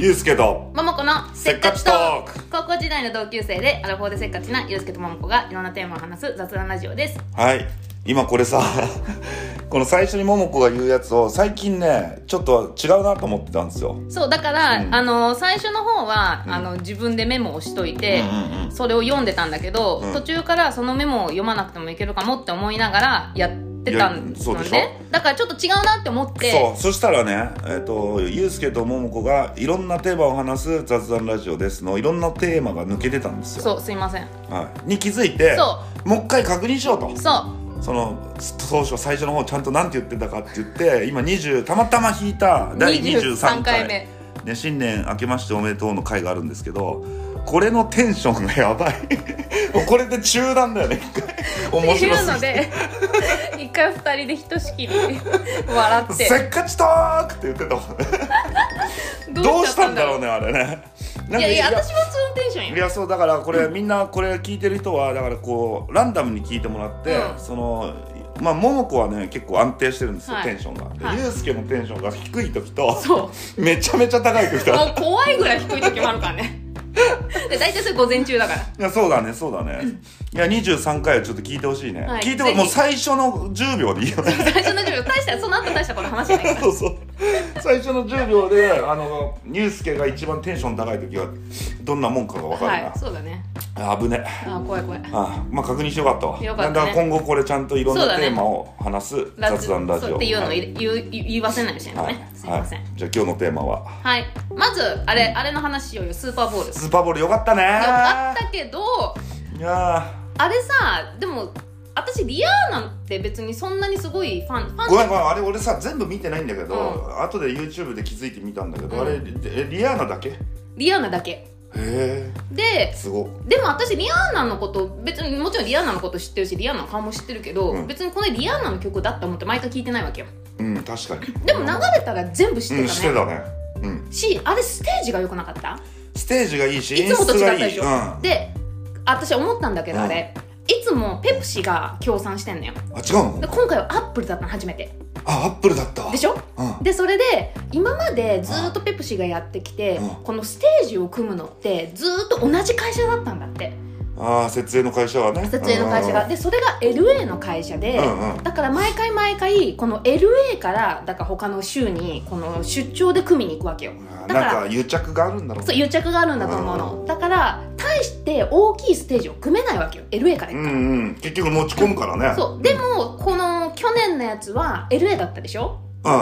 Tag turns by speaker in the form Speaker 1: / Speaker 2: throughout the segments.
Speaker 1: ゆうすけと
Speaker 2: ももこの
Speaker 1: せっかちトーク
Speaker 2: 高校時代の同級生でアラフォーでせっかちなゆうすけとももこがいろんなテーマを話す雑談ラジオです
Speaker 1: はい今これさ この最初にももこが言うやつを最近ねちょっと違うなと思ってたんですよ
Speaker 2: そうだから、
Speaker 1: うん
Speaker 2: あの最初の方は、あの自分でメモをしといて、
Speaker 1: うんうんうん
Speaker 2: それを読んでたんだけど、
Speaker 1: うん
Speaker 2: 途中からそのメモを読まなくてもいけるかもって思いながらやってたん
Speaker 1: い
Speaker 2: で
Speaker 1: や
Speaker 2: す
Speaker 1: そう
Speaker 2: よ
Speaker 1: でしょ
Speaker 2: ねだからちょっと違うなって思って
Speaker 1: そうそしたらねえっ、とゆうすけとももこがいろんなテーマを話す雑談ラジオですのいろんなテーマが抜けてたんですよ、
Speaker 2: そうすいません
Speaker 1: はい、に気づいて
Speaker 2: そ
Speaker 1: もう一回確認しようと
Speaker 2: そ
Speaker 1: その当初最初の方ちゃんとなんて言ってたかって言って今20たまたま引いた
Speaker 2: う
Speaker 1: 第23
Speaker 2: 23
Speaker 1: 回
Speaker 2: 回目
Speaker 1: ね、新年明けましておめでとうの回があるんですけどこれのテンションがやばい もうこれで中断だよね一回面
Speaker 2: って
Speaker 1: 白
Speaker 2: いう
Speaker 1: す
Speaker 2: の
Speaker 1: ぎて
Speaker 2: で 一回二人でひとしきり笑って
Speaker 1: せっかちトークって言ってたもんねどうしたんだろうねあれねなんか
Speaker 2: いやいや私も普通のテンション
Speaker 1: い
Speaker 2: よ
Speaker 1: やそうだからこれ、みんなこれ聞いてる人はだからこうランダムに聞いてもらって、
Speaker 2: うん
Speaker 1: そのまあ桃子はね結構安定してるんですよ、
Speaker 2: はい
Speaker 1: テンションがで、
Speaker 2: はい
Speaker 1: ゆうすけのテンションが低い時と
Speaker 2: そうも
Speaker 1: めちゃめちゃ高い時と
Speaker 2: う怖いぐらい低い時もあるからねで大体それ午前中だから
Speaker 1: いやそうだねそうだねいや23回はちょっと聞いてほしいね、
Speaker 2: はい
Speaker 1: 聞いて
Speaker 2: ぜ
Speaker 1: も
Speaker 2: ひ
Speaker 1: もう最初の10秒でいいよね
Speaker 2: 最初の授業大したその後大したこと話してないか
Speaker 1: そ
Speaker 2: ら
Speaker 1: うそう最初の10秒であのユースケが一番テンション高い時はどんなもんかが分かる
Speaker 2: はいそうだね
Speaker 1: な、あ危ねえ
Speaker 2: あー怖い怖い
Speaker 1: あまあ確認してよかったわ
Speaker 2: よかったね
Speaker 1: なんだ今後これちゃんといろん
Speaker 2: そう
Speaker 1: な
Speaker 2: だね
Speaker 1: テーマを話す雑談ラジ
Speaker 2: そう
Speaker 1: オ
Speaker 2: っていうのを
Speaker 1: は
Speaker 2: 入れ言う言言わせないようにしないの
Speaker 1: はい
Speaker 2: ねすいません
Speaker 1: はいじゃあ今日のテーマは
Speaker 2: はいまずあれあれの話しようよスーパーボールよ
Speaker 1: スーパーボールよかったね
Speaker 2: かったけど
Speaker 1: いや
Speaker 2: あれさでも私リアーナって別にそんなにすごいファンファン
Speaker 1: ーごめんごめんあれ俺さ全部見てないんだけど、
Speaker 2: う
Speaker 1: 後で YouTube で気づいてみたんだけど、
Speaker 2: うん
Speaker 1: あれえリアーナだけへ
Speaker 2: リアーナだけ
Speaker 1: え
Speaker 2: です
Speaker 1: ごっ
Speaker 2: でも私リアーナのこと別にもちろんリアーナのこと知ってるしリアーナの顔も知ってるけど、
Speaker 1: うん
Speaker 2: 別にこのリアーナの曲だって思って毎回聴いてないわけよ
Speaker 1: うん確かに
Speaker 2: でも流れたら全部知っ
Speaker 1: う
Speaker 2: て
Speaker 1: ん
Speaker 2: た
Speaker 1: し
Speaker 2: ね、
Speaker 1: てたねうん
Speaker 2: しあれステージが良くなかった
Speaker 1: ステージがいいし
Speaker 2: い
Speaker 1: 演
Speaker 2: つもと
Speaker 1: 出
Speaker 2: 違
Speaker 1: が
Speaker 2: った
Speaker 1: い
Speaker 2: で
Speaker 1: い
Speaker 2: し
Speaker 1: し
Speaker 2: ょ、
Speaker 1: うん
Speaker 2: で私思ったんだけど
Speaker 1: うん
Speaker 2: あれ、いつもペプシが協賛してんのよ
Speaker 1: あ違う
Speaker 2: で
Speaker 1: の
Speaker 2: 今回はアップルだったの初めて
Speaker 1: あアップルだったわ
Speaker 2: でしょ
Speaker 1: うん
Speaker 2: でそれで今までずーっとペプシがやってきて、
Speaker 1: うん
Speaker 2: このステージを組むのってずーっと同じ会社だったんだって
Speaker 1: ああ設営の会社はね
Speaker 2: 撮影の会社がでそれが LA の会社
Speaker 1: う
Speaker 2: で、
Speaker 1: んうん
Speaker 2: だから毎回毎回この LA からだから他の州にこの出張で組みに行くわけよ
Speaker 1: あー
Speaker 2: だか
Speaker 1: なん
Speaker 2: ら
Speaker 1: か癒着があるんだろう
Speaker 2: そう癒着があるんだと思うのだから大して大きいステージを組めないわけよ LA から行
Speaker 1: う
Speaker 2: くから、
Speaker 1: んうん結局持ち込むからね
Speaker 2: そうでもこの去年のやつは LA だったでしょ
Speaker 1: うん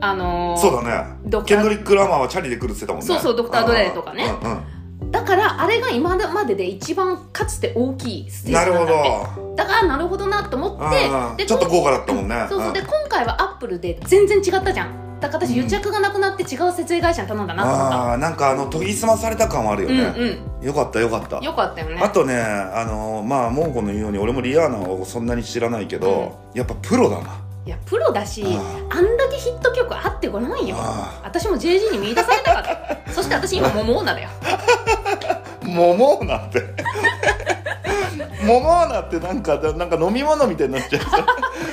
Speaker 2: あのー
Speaker 1: そうだね
Speaker 2: ドク
Speaker 1: ケ
Speaker 2: タ
Speaker 1: ンド
Speaker 2: ー
Speaker 1: リック・ラマーはチャリで来るって言ってたもんね
Speaker 2: そうそうドクタードレーとかね
Speaker 1: うんうん
Speaker 2: だからあれが今までで一番かつて大きいステージ
Speaker 1: なる
Speaker 2: な
Speaker 1: ほ
Speaker 2: んだって
Speaker 1: ど
Speaker 2: だからなるほどなと思
Speaker 1: あ
Speaker 2: っ
Speaker 1: ー
Speaker 2: てで
Speaker 1: ちょっと豪華だったもんね
Speaker 2: そうそうで
Speaker 1: ん
Speaker 2: 今回はアップルで全然違ったじゃんだから私
Speaker 1: うん
Speaker 2: 癒着がなくなって違う設営会社に頼んだなと思った
Speaker 1: ああなんかあの研ぎ澄まされた感はあるよ
Speaker 2: うん
Speaker 1: ね
Speaker 2: う
Speaker 1: よかったよかった
Speaker 2: んよかったよ
Speaker 1: あ
Speaker 2: ね
Speaker 1: とねあのまあモンゴの言うように俺もリアーナをそんなに知らないけど、やっぱプロだない
Speaker 2: やプロだし
Speaker 1: あ
Speaker 2: あんだけヒット曲あってごらんよ
Speaker 1: あ
Speaker 2: 私も JG に見出されたかった そして私今モモー ナだよ
Speaker 1: 桃なんて 桃なってなんかなんか飲み物みたいになっち ゃ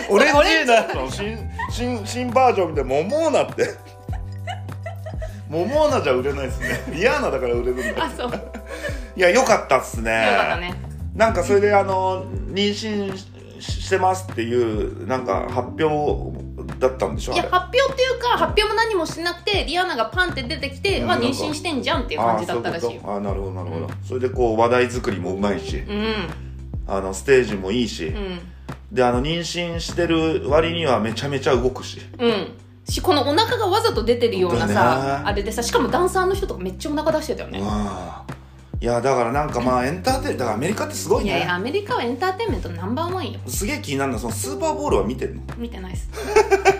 Speaker 1: うオレンジーナの新新新バージョンみたいな桃なって桃なじゃ売れないですねリアーナだから売れるんだ
Speaker 2: あそうよか
Speaker 1: いや良かったっすね
Speaker 2: ったね
Speaker 1: なんかそれであの妊娠ししてますっていうなんか発表だったんでしょ
Speaker 2: い
Speaker 1: あ
Speaker 2: や
Speaker 1: れ
Speaker 2: 発表っていうか発表も何もしなくてリアーナがパンって出てきて
Speaker 1: うん
Speaker 2: まあ
Speaker 1: なん
Speaker 2: 妊
Speaker 1: か
Speaker 2: 娠してんじゃんっていう感じだったらしいよ
Speaker 1: あーそううことあーなるほどなるほど、それでこう話題作りもうまいし、
Speaker 2: うん
Speaker 1: あのステージもいいし、
Speaker 2: うん
Speaker 1: であの妊娠してる割にはめちゃめちゃ動くし
Speaker 2: うんしこのお腹がわざと出てるような
Speaker 1: 本当だ
Speaker 2: さ
Speaker 1: ね
Speaker 2: あれでさしかもダンサーの人とかめっちゃお腹出してたよね
Speaker 1: わあいやだからなんかまあエンターテインだからアメリカってすごい
Speaker 2: い
Speaker 1: ね
Speaker 2: やいやアメリカはエンターテインメントナンバーワンよ
Speaker 1: すげえ気になるのはそのスーパーボールは見てんの
Speaker 2: 見てないですで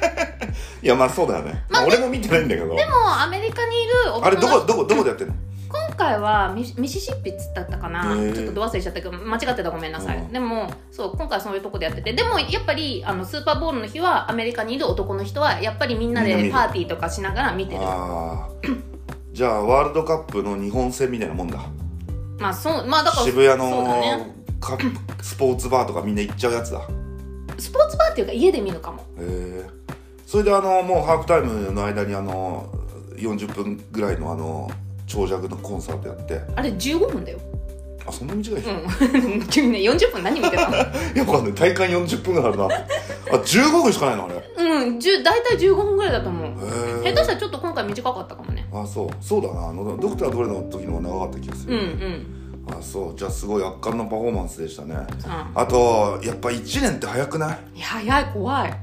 Speaker 1: いやまあそうだよね、ま
Speaker 2: ま
Speaker 1: あ
Speaker 2: あ
Speaker 1: 俺も見てないんだけど
Speaker 2: もアメリカにいる
Speaker 1: あれど
Speaker 2: の
Speaker 1: こどこどこでやってんの
Speaker 2: 今回はミシミシシッピっつったったかな
Speaker 1: へー
Speaker 2: ちょっとど忘れしちゃったけど間違ってたらごめんなさい、
Speaker 1: うん
Speaker 2: でもそう今回はそういうとこでやっててでもやっぱりあのスーパーボールの日はアメリカにいる男の人はやっぱりみんな
Speaker 1: みんな見
Speaker 2: で
Speaker 1: る
Speaker 2: パーティーとかしながら見てる
Speaker 1: ああじゃあワールドカップの日本戦みたいなもんだ
Speaker 2: まあそうまあだから
Speaker 1: 渋谷
Speaker 2: そうだね
Speaker 1: のカップスポーツバーとかみんな行っちゃうやつだへ
Speaker 2: スポーツバーっていうか家で見るかも
Speaker 1: えそれであのもうハーフタイムの間にあの40分ぐらいのあの長尺のコンサートやって
Speaker 2: あれ15分だよ
Speaker 1: あそんな短い、
Speaker 2: うん 君ね40分何見て たの
Speaker 1: いやわかんない体感40分ぐらいあるなあ15分しかないのあれへ
Speaker 2: うんじゅ大体15分ぐらいだと思う下手
Speaker 1: え
Speaker 2: したらちょっと今回短かったかもね
Speaker 1: あそうそうだなあのドクターどれの時の方が長かった気がす
Speaker 2: うん
Speaker 1: る
Speaker 2: う、ん
Speaker 1: あそうじゃあすごい圧巻のパフォーマンスでしたね
Speaker 2: あ
Speaker 1: あとやっぱ1年って早くない
Speaker 2: いや早い怖いだ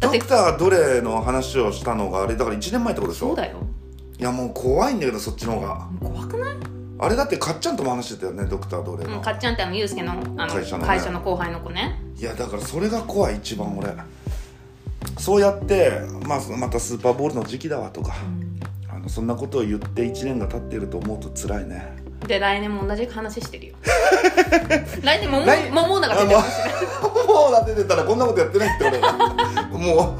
Speaker 1: ド
Speaker 2: って
Speaker 1: クターどれの話をしたのがあれだから1年前ってことでし
Speaker 2: そう
Speaker 1: ょ
Speaker 2: だよ
Speaker 1: いやもう怖いんだけどそっちの方が
Speaker 2: 怖くない
Speaker 1: あれだってかっちゃんとも話してたよねドクターどれ
Speaker 2: うん
Speaker 1: の
Speaker 2: かっちゃんってあのゆうすけのあの
Speaker 1: 会社のね
Speaker 2: 会社の後輩の子ね
Speaker 1: いやだからそれが怖い一番俺そうやって、まあ、またスーパーボールの時期だわとかあのそんなことを言って1年が経っていると思うと辛いね
Speaker 2: で来年も同じ話し てるよ来年もも
Speaker 1: 来
Speaker 2: ももなが出てるかもしれない
Speaker 1: もうな出てたらこんなことやってないって俺もう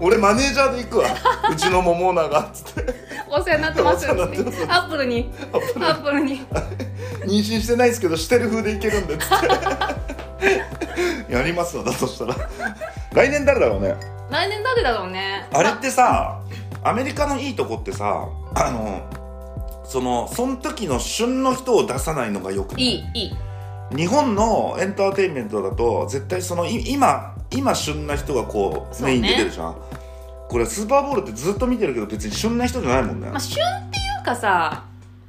Speaker 1: 俺マネージャーで行くわうちのモモーナがっつって
Speaker 2: お世話になってます
Speaker 1: お世話になってます
Speaker 2: アップルにアップルに
Speaker 1: 妊娠してないですけどしてる風でいけるんでっつってやりますわだとしたら来年誰だろうね
Speaker 2: 来年誰だろうね
Speaker 1: あれってさアメリカのいいとこってさあのそのその時の旬の人を出さないのがよくない
Speaker 2: いいいい
Speaker 1: 日本のエンターテインメントだと絶対そのい今今旬な人がこう
Speaker 2: そう
Speaker 1: メ
Speaker 2: ね
Speaker 1: イン出てるじゃん、これスーパーボールってずっと見てるけど別に旬な人じゃないもんね、
Speaker 2: まあ旬っていうかさ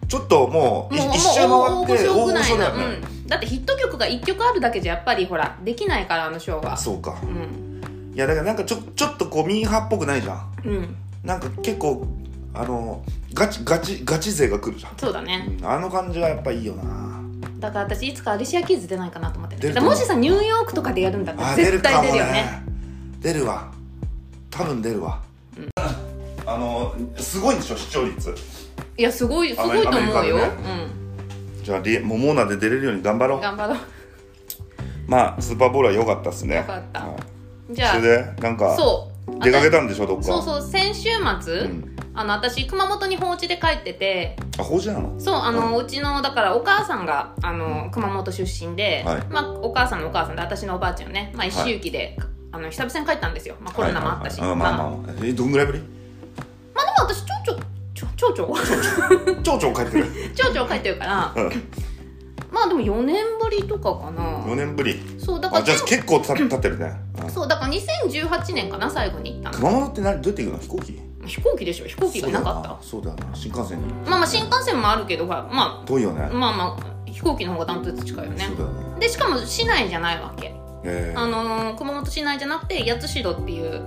Speaker 1: ちょっともうい
Speaker 2: もうもう
Speaker 1: 一周回
Speaker 2: 大御
Speaker 1: って
Speaker 2: 所ぐらい
Speaker 1: だ
Speaker 2: な
Speaker 1: よね、
Speaker 2: うん、だってヒット曲が1曲あるだけじゃやっぱりほらできないからあのショーが
Speaker 1: そうか
Speaker 2: うん
Speaker 1: いやだからなんかちょちょっとこうミーハーっぽくないじゃん
Speaker 2: うん
Speaker 1: なんか結構あのガチガチガチ勢が来るじゃん
Speaker 2: そうだね
Speaker 1: うんあの感じがやっぱいいよな
Speaker 2: だから私いつかアリシア・キーズ出ないかなと思ってる
Speaker 1: 出ると
Speaker 2: だから
Speaker 1: 思う
Speaker 2: もしさニューヨークとかでやるんだった
Speaker 1: あ
Speaker 2: ら
Speaker 1: 出る
Speaker 2: 絶
Speaker 1: か
Speaker 2: 対
Speaker 1: も
Speaker 2: 出るよね
Speaker 1: ね出るわ多分出るわ、
Speaker 2: うん
Speaker 1: あのすごいんでしょ視聴率
Speaker 2: いやすごいすごいと思
Speaker 1: ア
Speaker 2: う
Speaker 1: メリ
Speaker 2: よ、
Speaker 1: カでねじゃあリモモーナで出れるように頑張ろ
Speaker 2: うん
Speaker 1: う
Speaker 2: 頑張ろう
Speaker 1: まあスーパーボールは良かったっすね
Speaker 2: 良かった
Speaker 1: はい
Speaker 2: じゃ
Speaker 1: それでなん
Speaker 2: あ
Speaker 1: か
Speaker 2: そう
Speaker 1: 出かけ
Speaker 2: た
Speaker 1: たんでしょどっか
Speaker 2: そうそう先週末、
Speaker 1: ん、
Speaker 2: あの私熊本に放置で帰ってて
Speaker 1: あ法事なの
Speaker 2: そうあのうちのだからお母さんがあの熊本出身で、
Speaker 1: はい
Speaker 2: まあ、お母さんのお母さんで私のおばあちゃんね、まあ、一周期で、あの久々に帰ったんですよ、まあ、コロナもあったし、
Speaker 1: はいはいはい
Speaker 2: ま
Speaker 1: あ
Speaker 2: あ
Speaker 1: まあまあえどんぐらいぶり
Speaker 2: まあでも私蝶々ちょ蝶々
Speaker 1: 蝶々帰って る
Speaker 2: 蝶々帰って るから
Speaker 1: うん
Speaker 2: まあでも4年ぶりとかかな
Speaker 1: 4年ぶり
Speaker 2: そうだか
Speaker 1: あ
Speaker 2: ら
Speaker 1: じゃあ結構た経ってるね、うん
Speaker 2: そうだから2018年かな最後に行ったの
Speaker 1: 熊本って何どうやって行くの飛行機
Speaker 2: 飛行機でしょ飛行機がなかった
Speaker 1: そうだよなそうだよな新幹線に
Speaker 2: まあまあ新幹線もあるけどほらま
Speaker 1: 遠いよね、
Speaker 2: あまあまあ飛行機の方がダントツ近いよね
Speaker 1: そうだよね
Speaker 2: でしかも市内じゃないわけ
Speaker 1: え
Speaker 2: あ
Speaker 1: ー、
Speaker 2: のー熊本市内じゃなくて八代っていう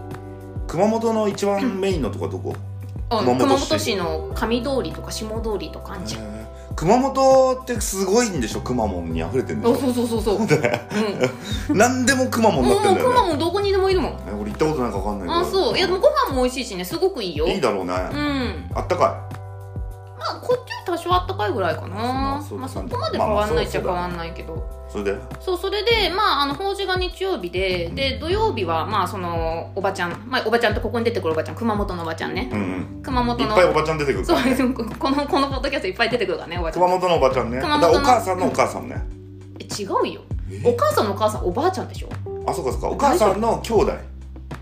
Speaker 1: 熊本の一番メインのとこはどこ、
Speaker 2: あ
Speaker 1: 熊
Speaker 2: 熊
Speaker 1: 本市
Speaker 2: 本市の上通りとか下通りとかあんじゃん、
Speaker 1: えー熊本ってすごいんでしょくまモンに溢れてるんで
Speaker 2: あ
Speaker 1: し
Speaker 2: そうそうそう そう、うん、
Speaker 1: ょ何でもくまモンに
Speaker 2: も
Speaker 1: な
Speaker 2: う
Speaker 1: ってんだ
Speaker 2: くま
Speaker 1: よね
Speaker 2: もどこにでもいるもん
Speaker 1: え俺行ったことないから分かんない
Speaker 2: あ
Speaker 1: けど
Speaker 2: そういやでもご飯も美味しいしねすごくいいよ
Speaker 1: いいだろうね、
Speaker 2: うん
Speaker 1: あったか
Speaker 2: まあこっちより多少あったかいぐらいかな
Speaker 1: ま
Speaker 2: ま
Speaker 1: あ
Speaker 2: あ
Speaker 1: そ
Speaker 2: そう
Speaker 1: だ
Speaker 2: こまで変わんないっちゃ変わんないけど、
Speaker 1: いそれで
Speaker 2: そうそれでまああの法事が日曜日でで土曜日はまあそのおばちゃん、まあ、おばちゃんとここに出てくるおばちゃん熊本のおばちゃんね
Speaker 1: うんうん
Speaker 2: 熊本
Speaker 1: いっ
Speaker 2: の
Speaker 1: ぱいおばちゃん出てくるか
Speaker 2: そ
Speaker 1: ら、ね、
Speaker 2: う このこのポッドキャストいっぱい出てくるからねおばちゃん
Speaker 1: 熊本のおばちゃんねだか
Speaker 2: 熊
Speaker 1: ら
Speaker 2: 本
Speaker 1: お
Speaker 2: の
Speaker 1: 母さんのお母さんね
Speaker 2: え違うよ
Speaker 1: え
Speaker 2: お母さんのお母さんおばあちゃんでしょ
Speaker 1: あそうかそうかお母さんの兄弟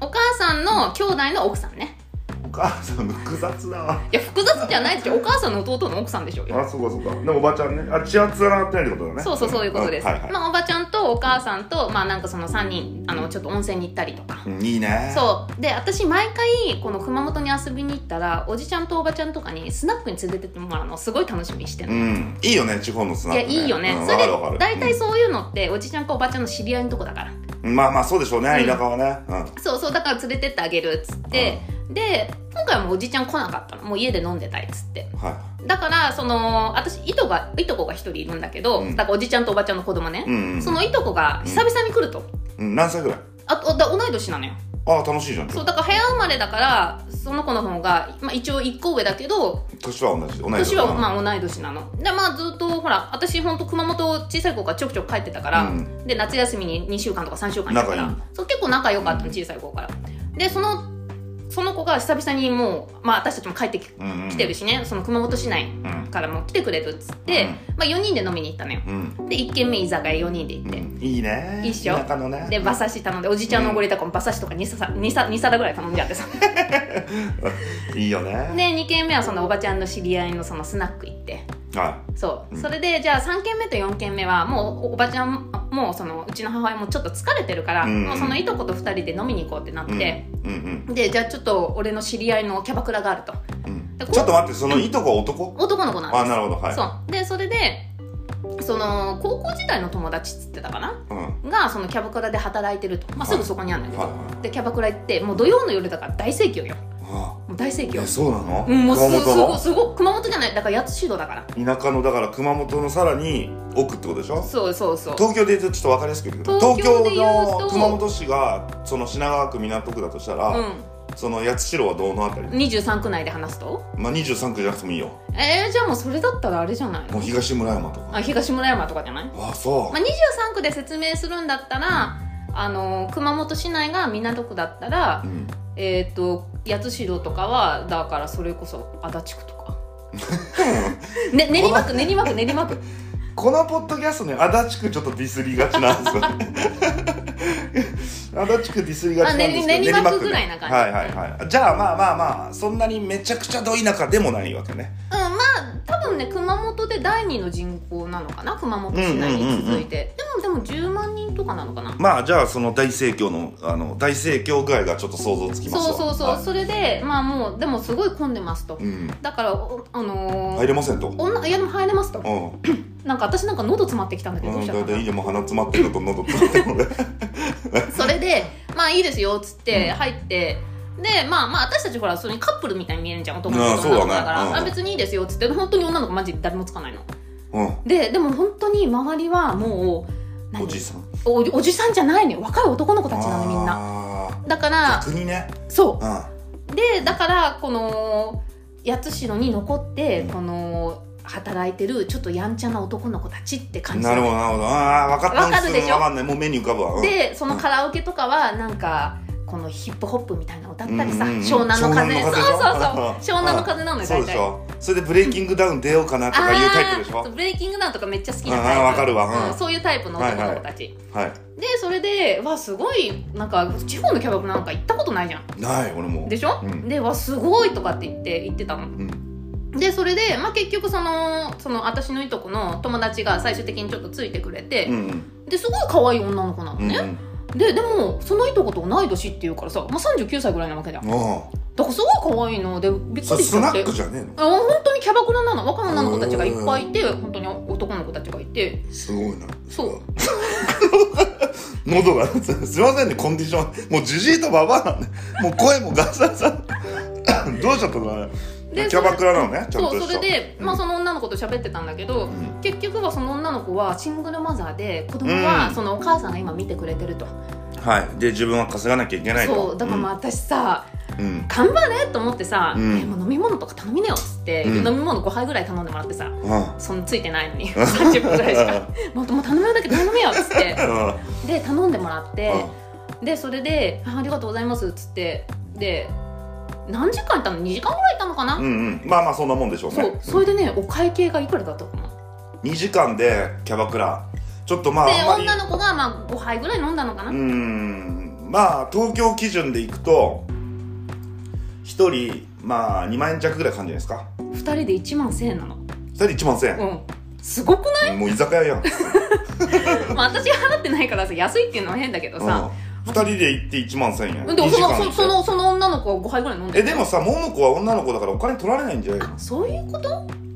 Speaker 2: お母さんの兄弟の奥さんね
Speaker 1: お母さん複雑だわ
Speaker 2: いや複雑じゃないでしょお母さんの弟の奥さんでしょうよ
Speaker 1: あそうかそうかでもおばちゃんねあ血圧が上がってないってことだね
Speaker 2: そうそうそういうことです、
Speaker 1: んはいはい
Speaker 2: まあ、おばちゃんとお母さんとまあなんかその3人あのちょっと温泉に行ったりとか
Speaker 1: うんいいね
Speaker 2: そうで私毎回この熊本に遊びに行ったらおじちゃんとおばちゃんとかにスナックに連れてってもらうのをすごい楽しみにしてる
Speaker 1: う
Speaker 2: の、
Speaker 1: んいいよね地方のスナ
Speaker 2: いや
Speaker 1: ック、ね、
Speaker 2: いいよね、
Speaker 1: うん
Speaker 2: そ
Speaker 1: わ
Speaker 2: れ
Speaker 1: か
Speaker 2: で
Speaker 1: るわかる
Speaker 2: 大体そういうのっておじちゃんかおばちゃんの知り合いのとこだから
Speaker 1: うんまあまあそうでしょうね
Speaker 2: うん
Speaker 1: 田舎はねうん
Speaker 2: そうそうだから連れてってあげるっつって、で今回はもうおじちゃん来なかったのもう家で飲んでたいっつって
Speaker 1: は
Speaker 2: だからその私いとがいとこが一人いるんだけど、
Speaker 1: うん
Speaker 2: だからおじちゃんとおばちゃんの子供
Speaker 1: い、
Speaker 2: ね
Speaker 1: うんうん
Speaker 2: そのいとこが久々に来ると、
Speaker 1: うん何歳ぐらい
Speaker 2: あとだ同い年なのよ
Speaker 1: ああ楽しいじゃん
Speaker 2: そうだから部屋生まれだからその子の方が、まあ、一応1個上だけど
Speaker 1: 年は同じ同い年
Speaker 2: 年はまあ同い年なのでまあずっとほら私ほんと熊本小さい子からちょくちょく帰ってたから、
Speaker 1: うん
Speaker 2: で夏休みに2週間とか3週間だった
Speaker 1: 仲
Speaker 2: か
Speaker 1: い
Speaker 2: ら
Speaker 1: い
Speaker 2: そう結構仲良かった
Speaker 1: う
Speaker 2: の
Speaker 1: ん
Speaker 2: 小さい子からでそのその子が久々にもう、まあ、私たちも帰ってき
Speaker 1: うんうん
Speaker 2: 来てるしねその熊本市内
Speaker 1: うん
Speaker 2: からも来てくれるっつって、まあ、4人で飲みに行ったのよ
Speaker 1: うん
Speaker 2: で1軒目居酒屋4人で行って、
Speaker 1: いいね
Speaker 2: いいっしょ
Speaker 1: 田舎のね
Speaker 2: で馬刺し頼んでおじちゃんのおごりとかも馬刺しとか 2, さ2さ2皿ぐらい頼んじゃってさで
Speaker 1: いいよね
Speaker 2: 2軒目はそのおばちゃんの知り合いのそのスナック行って
Speaker 1: は
Speaker 2: そう、
Speaker 1: うん
Speaker 2: それでじゃあ3軒目と4軒目はもうおおばちゃんあもうそのうちの母親もちょっと疲れてるから、
Speaker 1: うん
Speaker 2: もうそのいとこと2人で飲みに行こうってなっ
Speaker 1: いうん
Speaker 2: て、
Speaker 1: うん
Speaker 2: でじゃあちょっと俺の知り合いのキャバクラがあると
Speaker 1: うん
Speaker 2: で
Speaker 1: う
Speaker 2: こ
Speaker 1: ん
Speaker 2: う
Speaker 1: ちょっと待ってそのいとこ男
Speaker 2: 男の子なんです
Speaker 1: あなるほどはい
Speaker 2: そうでそれでその高校時代の友達っつってたかな
Speaker 1: うんは
Speaker 2: がそのキャバクラで働いてると、まあ、すぐそこにあるんだ
Speaker 1: い
Speaker 2: けど、
Speaker 1: は
Speaker 2: でキャバクラ行ってもう土曜の夜だから大盛況よ
Speaker 1: いは
Speaker 2: もう大盛
Speaker 1: あ
Speaker 2: 況
Speaker 1: えそうなの
Speaker 2: うんもうす
Speaker 1: 熊本
Speaker 2: ごすご
Speaker 1: の
Speaker 2: すご熊本じゃないだから八代だから
Speaker 1: 田舎のだから熊本のさらに奥ってことでしょ
Speaker 2: そうそうそう
Speaker 1: 東京で言うとちょっと分かりやすく言うけど
Speaker 2: 東
Speaker 1: 東
Speaker 2: 京
Speaker 1: 京
Speaker 2: で言うと
Speaker 1: の熊本市がその品川区港区だとしたら、
Speaker 2: う
Speaker 1: その八代はどのあたり
Speaker 2: ん、23区内で話すと
Speaker 1: まあ23区じゃなくてもいいよ
Speaker 2: えー、じゃあもうそれだったらあれじゃない
Speaker 1: もう東村山とか
Speaker 2: あ東村山とかじゃない、ま
Speaker 1: あそ
Speaker 2: あ、23区で説明するんだったらあの熊本市内が港区だったら
Speaker 1: う、うん、
Speaker 2: えっ、と八代とかはだからそれこそ足立区と か、ね、練馬区練馬区練馬区
Speaker 1: このポッドキャストね足立区ちょっとディスりがちなん ですよね足立区ディスりがちなんですけど
Speaker 2: あ練練馬区
Speaker 1: ね
Speaker 2: ぐらいな感じ
Speaker 1: はいはいはいじゃあまあまあまあそんなにめちゃくちゃど田舎でもないわけね
Speaker 2: うんまあ多分ね熊本で第二の人口なのかな熊本市内に続いて、でもでも10万人とかなのかな
Speaker 1: まあじゃあその大盛況のあの大盛況具合がちょっと想像つきます
Speaker 2: そ
Speaker 1: わ
Speaker 2: うそうそう、
Speaker 1: はい
Speaker 2: それでまあもうでもすごい混んでますと、
Speaker 1: うん
Speaker 2: だからおあのー
Speaker 1: 入れませんとう
Speaker 2: 女いやでも入れますと
Speaker 1: ん
Speaker 2: なんか私なんか喉詰まってきたんだけどど
Speaker 1: う、
Speaker 2: うんし
Speaker 1: だ
Speaker 2: たの
Speaker 1: い
Speaker 2: か
Speaker 1: たい
Speaker 2: な
Speaker 1: でもう鼻詰まってるのと喉詰まってるので
Speaker 2: それでまあいいですよっつって
Speaker 1: うん
Speaker 2: 入って、でまあまあ私たちほらそれにカップルみたいに見えるじゃん男
Speaker 1: あ
Speaker 2: の
Speaker 1: あ
Speaker 2: 子と
Speaker 1: そ
Speaker 2: 女の子
Speaker 1: う
Speaker 2: だ
Speaker 1: だね
Speaker 2: から、
Speaker 1: うん
Speaker 2: あ別にいいですよっつって本当に女の子マジで誰もつかないの
Speaker 1: う
Speaker 2: ででも本当に周りはもうん何
Speaker 1: おじいさん
Speaker 2: おおじさんじゃないのよ若い男の子たちなのみんな
Speaker 1: な
Speaker 2: だから
Speaker 1: 逆にね
Speaker 2: そ
Speaker 1: うん
Speaker 2: うでだからこの八代に残って、
Speaker 1: うん
Speaker 2: この働いてるちょっとやんちゃな男の子たちって感じ
Speaker 1: なるほどなるほどああ分かったん
Speaker 2: わかるでしょ
Speaker 1: 分かんないもう目に浮かぶわ、うん、
Speaker 2: でそのカラオケとかはなんかこのヒップホップみたいなの歌ったりさ、
Speaker 1: うんうんうん
Speaker 2: 湘南の風
Speaker 1: 湘南の風
Speaker 2: そうそう
Speaker 1: でし
Speaker 2: そ
Speaker 1: ょ
Speaker 2: う湘南の風なのよ
Speaker 1: そう
Speaker 2: 大
Speaker 1: でし
Speaker 2: 体
Speaker 1: ょそれでブレイキングダウン出ようかなとかいうタイプでし
Speaker 2: あー
Speaker 1: ょ
Speaker 2: ブレイキングダウンとかめっちゃ好きな
Speaker 1: うん
Speaker 2: タイプ
Speaker 1: わかるわうん
Speaker 2: うんそういうタイプの男の子たち、
Speaker 1: はい
Speaker 2: でそれでわすごいなんか地方のキャバクラなんか行ったことないじゃん
Speaker 1: ない俺も
Speaker 2: でしょ、
Speaker 1: うん
Speaker 2: でわすごいとかって言って言ってたの
Speaker 1: うん
Speaker 2: でそれで、まあ、結局そのその私のいとこの友達が最終的にちょっとついてくれて、
Speaker 1: うんうん
Speaker 2: ですごい可愛い女の子なの
Speaker 1: うん
Speaker 2: ね、ででもそのいとこと同い年っていうからさ、まあ、39歳ぐらいなわけじゃん
Speaker 1: う
Speaker 2: だ
Speaker 1: んあ
Speaker 2: からすごい可愛いのでびっく
Speaker 1: あ
Speaker 2: りし
Speaker 1: それス
Speaker 2: ちゃ
Speaker 1: ナ
Speaker 2: って
Speaker 1: ックじゃねえ
Speaker 2: あ本当にキャバクラなの若い女の子たちがいっぱいいて本当に男の子たちがいて
Speaker 1: のすごいな
Speaker 2: そう
Speaker 1: 喉がすいませんねコンディションもうジジイとババアなんでもう声もガサガサ どうしちゃったのあ
Speaker 2: で
Speaker 1: れキャバクラなのねちゃん
Speaker 2: そ
Speaker 1: と
Speaker 2: うそ
Speaker 1: した
Speaker 2: れで、
Speaker 1: うん
Speaker 2: まあ、その女の子と喋ってたんだけど、
Speaker 1: ん
Speaker 2: 結局はその女の子はシングルマザーで子供は
Speaker 1: うん
Speaker 2: そのお母さんが今見てくれてると、
Speaker 1: はいで自分は稼がなきゃいけないと
Speaker 2: そうだからまあ私さ
Speaker 1: うんうん
Speaker 2: 頑張れと思ってさ、
Speaker 1: うん
Speaker 2: えもう飲み物とか頼みなよっつって、
Speaker 1: うん
Speaker 2: 飲み物5杯ぐらい頼んでもらってさ
Speaker 1: あ
Speaker 2: そのついてないの に30分ぐらいしかもっともう頼めるだけ頼めよっつって
Speaker 1: あ
Speaker 2: で頼んでもらって
Speaker 1: あ
Speaker 2: でそれであ「ありがとうございます」っつってで何時間いたの2時間ぐらいいたのかな、
Speaker 1: うんうんまあまあそんなもんでしょうね
Speaker 2: そうそれでねお会計がいくらだったかな
Speaker 1: 2時間でキャバクラちょっとまあ
Speaker 2: で
Speaker 1: あんま
Speaker 2: 女
Speaker 1: り
Speaker 2: の子がまあ5杯ぐらい飲んだのかな、
Speaker 1: うーんまあ東京基準でいくと1人まあ2万円弱ぐらい感じゃないですか
Speaker 2: 2人で1万1000円なの
Speaker 1: 2人1万1000
Speaker 2: うんすごくな
Speaker 1: 円もう居酒屋やん
Speaker 2: い、まあ、私が払ってないからさ安いっていうのは変だけどさ、
Speaker 1: 2人で行って1万1000円
Speaker 2: でも
Speaker 1: 2
Speaker 2: そ
Speaker 1: 時
Speaker 2: の
Speaker 1: 間
Speaker 2: そそのその女の子は5杯ぐらい飲んで
Speaker 1: えでもさ桃子は女の子だからお金取られないんじゃないの
Speaker 2: あそういうこと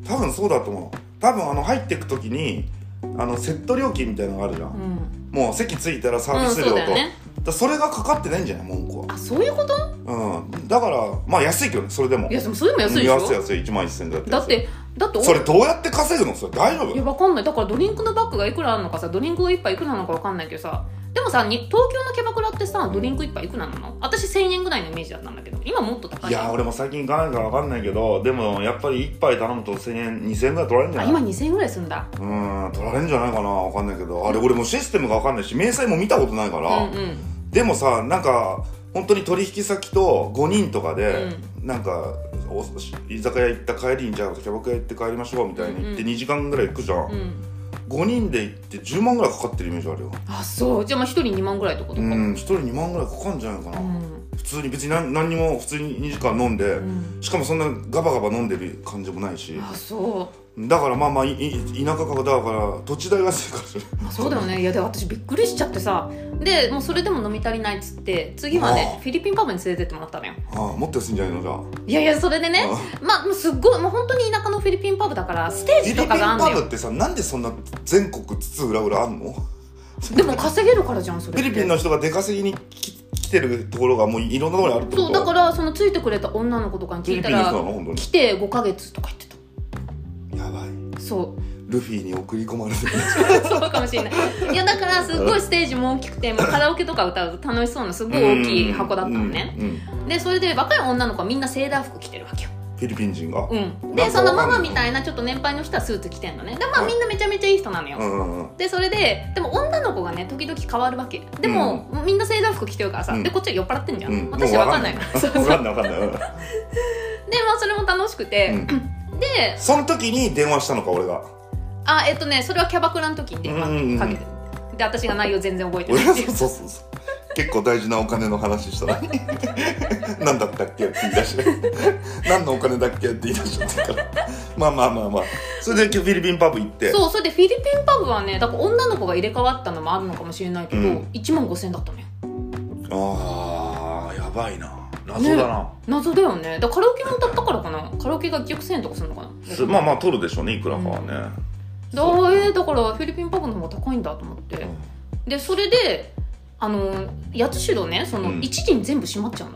Speaker 1: 多分そうだと思う多分あの入ってく時にあのセット料金みたいなのがあるじゃん、
Speaker 2: うん、
Speaker 1: もう席着いたらサー
Speaker 2: う
Speaker 1: ビ
Speaker 2: ん、
Speaker 1: ス料
Speaker 2: そう
Speaker 1: と、
Speaker 2: だよね
Speaker 1: だそれがかかってないんじゃない桃子
Speaker 2: あそういうこと
Speaker 1: はうんだからまあ安いけどねそれでも
Speaker 2: いやでもそれでも安いでし
Speaker 1: 安い
Speaker 2: ょ
Speaker 1: 安い1万1000円だって
Speaker 2: だってだってお
Speaker 1: それどうやって稼ぐのそれ大丈
Speaker 2: いや
Speaker 1: 夫
Speaker 2: わかんないだからドリンクのバッグがいくらあるのかさドリンクが1杯いくらなのかわかんないけどさでもさに東京のキャバクラってさドリンク1杯いくらなの私1000円ぐらいのイメージだったんだけど今もっと高い
Speaker 1: いや俺も最近行かないから分かんないけどでもやっぱり1杯頼むと1000円2000円ぐらい取られるんじゃ
Speaker 2: あ
Speaker 1: ない
Speaker 2: 今2000円ぐらいするんだ
Speaker 1: うーん取られるんじゃないかな分かんないけどあれ俺もシステムが分かんないし明細も見たことないか
Speaker 2: うん
Speaker 1: ら、
Speaker 2: うん
Speaker 1: でもさなんか本当に取引先と5人とかで、
Speaker 2: う
Speaker 1: なんかお居酒屋行った帰りにじゃあキャバクラ行って帰りましょうみたいに言って
Speaker 2: うん
Speaker 1: 2時間ぐらい行くじゃん、
Speaker 2: うん、
Speaker 1: 5人で行って10万ぐらいかかってるイメージあるよ
Speaker 2: あそうじゃあまあ1人2万ぐらいってこと
Speaker 1: う
Speaker 2: か
Speaker 1: ん1人2万ぐらいかかるんじゃないかな、
Speaker 2: うん
Speaker 1: 普通に別に何何にも普通に2時間飲んで、
Speaker 2: うん
Speaker 1: しかもそんなガバガバ飲んでる感じもないし
Speaker 2: あそ
Speaker 1: だからまあまあいい田舎からだから土地代が安いから
Speaker 2: うあそうだよねいやで私びっくりしちゃってさでもうそれでも飲み足りないっつって次は
Speaker 1: あ
Speaker 2: ねフィリピンパブに連れてってもらったのよ
Speaker 1: ああもっと安いんじゃないのじゃあ
Speaker 2: いやいやそれでね
Speaker 1: あ
Speaker 2: まあもうすっごいもう本当に田舎のフィリピンパブだからステー
Speaker 1: フィリ
Speaker 2: ジ
Speaker 1: ピ
Speaker 2: と
Speaker 1: ン
Speaker 2: かがあん
Speaker 1: パ
Speaker 2: の
Speaker 1: ブ
Speaker 2: よ
Speaker 1: ってさなんでそんな全国津々浦々あんの
Speaker 2: でも稼げるからじゃんそ
Speaker 1: フ
Speaker 2: れっ
Speaker 1: ィ
Speaker 2: て
Speaker 1: リピンの人が出稼ぎに来来てるところがもういろんなところにあるってこ
Speaker 2: そ
Speaker 1: と
Speaker 2: うだからそのついてくれた女の子とかに
Speaker 1: フィ
Speaker 2: 聞い
Speaker 1: リ
Speaker 2: た
Speaker 1: ピンの人なの
Speaker 2: ら
Speaker 1: 本当
Speaker 2: 来て5ヶ月とか言ってた
Speaker 1: にやばい
Speaker 2: そう
Speaker 1: ルフィに送り込まれてる
Speaker 2: そうかもしれないいやだからすっごいステージも大きくてもうカラオケとか歌うと楽しそうなすっごい大きい箱だったのね、
Speaker 1: うんうんうん
Speaker 2: でそれで若い女の子はみんなセーラー服着てるわけよ、
Speaker 1: フィリピン人が
Speaker 2: うん、
Speaker 1: な
Speaker 2: で
Speaker 1: んか
Speaker 2: そ
Speaker 1: わか
Speaker 2: の
Speaker 1: ん
Speaker 2: ママみたいなちょっと年配の人はスーツ着てんのねでまあみんなめちゃめちゃいい人なのよ、
Speaker 1: うんうんうん
Speaker 2: でそれででも女の子がね時々変わるわけでも、みんなセーラー服着てるからさ、
Speaker 1: うん
Speaker 2: でこっちは酔っ払ってんじゃん、
Speaker 1: うん
Speaker 2: 私は分かんないからそうそう
Speaker 1: 分
Speaker 2: でま
Speaker 1: かんない分かんないうん
Speaker 2: あそれも楽しくて、 で
Speaker 1: その時に電話したのか俺が
Speaker 2: あえっとねそれはキャバクラの時に電話かけて、で私が内容全然覚えてな
Speaker 1: 俺
Speaker 2: い
Speaker 1: が
Speaker 2: ってい
Speaker 1: そう
Speaker 2: う
Speaker 1: そうそうそう結構大事なお金の話した ら何だったっけって言い出して何のお金だっけって言い出しちゃったからまあまあまあまあそれでフィリピンパブ行って
Speaker 2: そうそれでフィリピンパブはねだから女の子が入れ替わったのもあるのかもしれないけど、
Speaker 1: うん
Speaker 2: 1万5000円だったのよ
Speaker 1: あーやばいな謎だな、
Speaker 2: 謎だよねだからカラオケも歌ったからかなカラオケが1億1000円とかするのかな
Speaker 1: すまあまあ取るでしょうねいくらかはね、
Speaker 2: だえーだからフィリピンパブの方が高いんだと思って、でそれであの八代ねその
Speaker 1: うん
Speaker 2: 1時に全部閉まっちゃうの、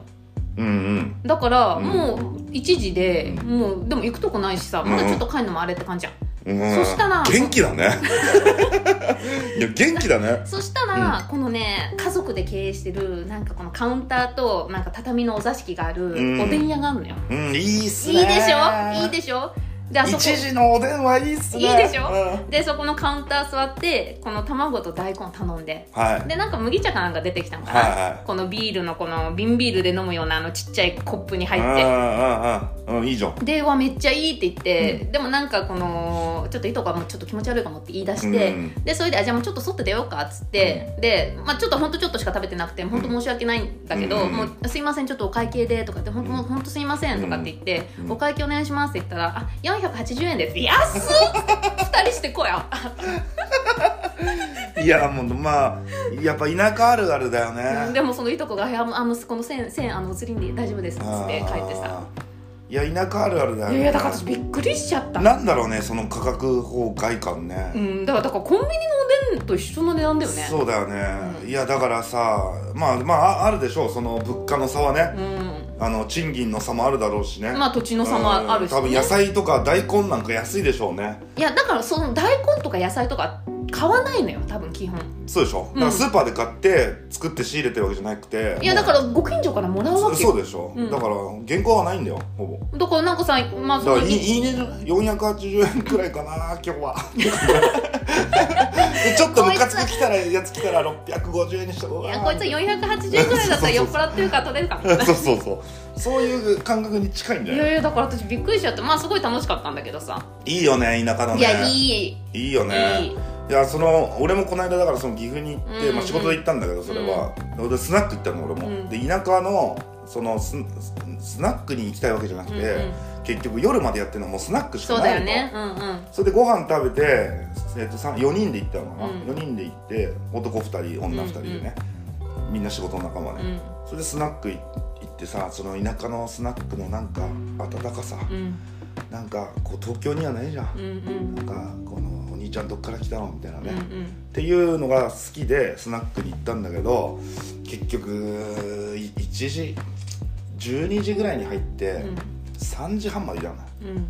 Speaker 1: うんうん
Speaker 2: だから
Speaker 1: うん
Speaker 2: もう1時で、
Speaker 1: う
Speaker 2: もうでも行くとこないしさまだちょっと帰るのもあれって感じじゃん、
Speaker 1: うん
Speaker 2: そしたら
Speaker 1: 元気だねいや元気だね
Speaker 2: そしたら、このね家族で経営してるなんかこのカウンターとなんか畳のお座敷がある
Speaker 1: うん
Speaker 2: おでん屋があるのよ、
Speaker 1: うんいいっす
Speaker 2: いい
Speaker 1: ね
Speaker 2: でしょいいでしょであそこ
Speaker 1: 一時のおでんはいいっすね
Speaker 2: いいでしょ
Speaker 1: うん
Speaker 2: でそこのカウンター座ってこの卵と大根を頼んで
Speaker 1: はい
Speaker 2: でなんか麦茶かなんか出てきたのかな、
Speaker 1: はいはい
Speaker 2: このビールのこの瓶ビールで飲むようなあのちっちゃいコップに入って
Speaker 1: うんうんうんうんいいじゃん
Speaker 2: でうわめっちゃいいって言って、でもなんかこのちょっと糸がもうちょっと気持ち悪いかもって言い出し
Speaker 1: う
Speaker 2: て、
Speaker 1: ん
Speaker 2: でそれであじゃあもうちょっと外出ようかっつって、で、まあ、ちょっとほんとちょっとしか食べてなくてほんと申し訳ないんだけど、
Speaker 1: うん
Speaker 2: もうすいませんちょっとお会計でとかってほんともうほんとすいませんとかって言って、
Speaker 1: うん
Speaker 2: お会計お願いしますって言ったらあ480円です安っ二人してこ や
Speaker 1: いやもうまあやっぱ田舎あるあるだよね
Speaker 2: でもそのいとこが「いやあの息子の1000 1000あのお釣りに大丈夫です」っつって帰ってさ
Speaker 1: あーいや田舎あるあるだよ
Speaker 2: い
Speaker 1: ね
Speaker 2: やいやだから私びっくりしちゃった
Speaker 1: なんだろうねその価格崩壊感ね
Speaker 2: う、んだからだからコンビニのおでんと一緒の値段だよね
Speaker 1: そうだよね、
Speaker 2: うん
Speaker 1: いやだからさまあまあああるでしょうその物価の差はね、
Speaker 2: うん
Speaker 1: あの賃金の差もあるだろうしね、
Speaker 2: まあ土地の差もあるし、
Speaker 1: うん多分野菜とか大根なんか安いでしょうね
Speaker 2: いやだからその大根とか野菜とか買わないのよ多分基本
Speaker 1: そうでしょ、
Speaker 2: う
Speaker 1: だ
Speaker 2: ん
Speaker 1: からスーパーで買って作って仕入れてるわけじゃなくて
Speaker 2: いや
Speaker 1: も
Speaker 2: だ
Speaker 1: う
Speaker 2: からご近所からもらうわ
Speaker 1: そ
Speaker 2: け
Speaker 1: そ
Speaker 2: よ
Speaker 1: うでしょ、
Speaker 2: うん
Speaker 1: だから原稿はないんだよほぼ
Speaker 2: だからなんかさまあ
Speaker 1: だ
Speaker 2: そ
Speaker 1: か
Speaker 2: の
Speaker 1: らいいいいね480円くらいかな今日 はでちょっとムカつく来たらやつ来たら650円にしとこう
Speaker 2: い
Speaker 1: かな
Speaker 2: やこいつ480円ぐらいだったら酔っ払ってるから取れるか
Speaker 1: そうそうそうそういう感覚に近いん
Speaker 2: な
Speaker 1: だ
Speaker 2: いや
Speaker 1: よ
Speaker 2: いやだから私びっくりしちゃってまあすごい楽しかったんだけどさ、
Speaker 1: いいよね田舎のね
Speaker 2: いやいい
Speaker 1: いいよね
Speaker 2: いい
Speaker 1: いやその俺もこの間だからその岐阜に行って、
Speaker 2: うんうん
Speaker 1: まあ、仕事で行ったんだけどそれは、でスナック行ったの俺も、
Speaker 2: うん
Speaker 1: で田舎のそのスススナックに行きたいわけじゃなくて、
Speaker 2: うんうん
Speaker 1: 結局夜までやってるのはもうスナックし
Speaker 2: そ
Speaker 1: か
Speaker 2: うだ
Speaker 1: な
Speaker 2: よ
Speaker 1: いの
Speaker 2: ねうんうん
Speaker 1: それでご飯食べて、えっと、さん4人で行ったのかな、
Speaker 2: うん
Speaker 1: 4人で行って男2人女2人でね、みんな仕事の仲間
Speaker 2: う
Speaker 1: で、
Speaker 2: ん
Speaker 1: それでスナック行ってさその田舎のスナックのなんか温かさ、
Speaker 2: うん
Speaker 1: なんかこう東京にはないじゃ、
Speaker 2: うんんうん
Speaker 1: なんかこのお兄ちゃんどっから来たのみたいなね、
Speaker 2: うん
Speaker 1: っ、ていうのが好きでスナックに行ったんだけど結局い1時12時ぐらいに入って、3時半までいらない
Speaker 2: うんうん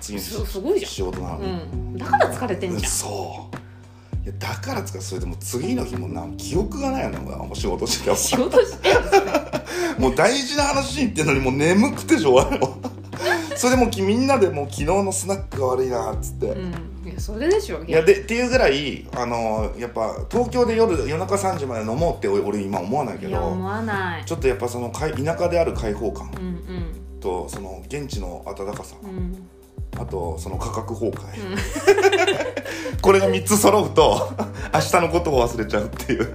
Speaker 1: 次の日
Speaker 2: すすごいじゃん
Speaker 1: 仕事なのに。
Speaker 2: うん、だから疲れてんじゃん
Speaker 1: そういやだからつかそれでもう次の日もな記憶がないのよもう仕事してた
Speaker 2: 仕事してんの
Speaker 1: もう大事な話に言ってんのにもう眠くてしょうがない それでもきみんなでもう昨日のスナックが悪いなっつって、
Speaker 2: うんいやそれでしょ
Speaker 1: いやでっていうぐらいあのやっぱ東京で夜夜中3時まで飲もうって俺俺今思わないけ
Speaker 2: いや思
Speaker 1: ど
Speaker 2: わない
Speaker 1: ちょっとやっぱそのかい田舎である開放感
Speaker 2: うんうん
Speaker 1: とその現地の暖かさ
Speaker 2: うん
Speaker 1: あとその価格崩
Speaker 2: う
Speaker 1: 壊、
Speaker 2: ん
Speaker 1: これが3つ揃うと 明日のことを忘れちゃうっていうこ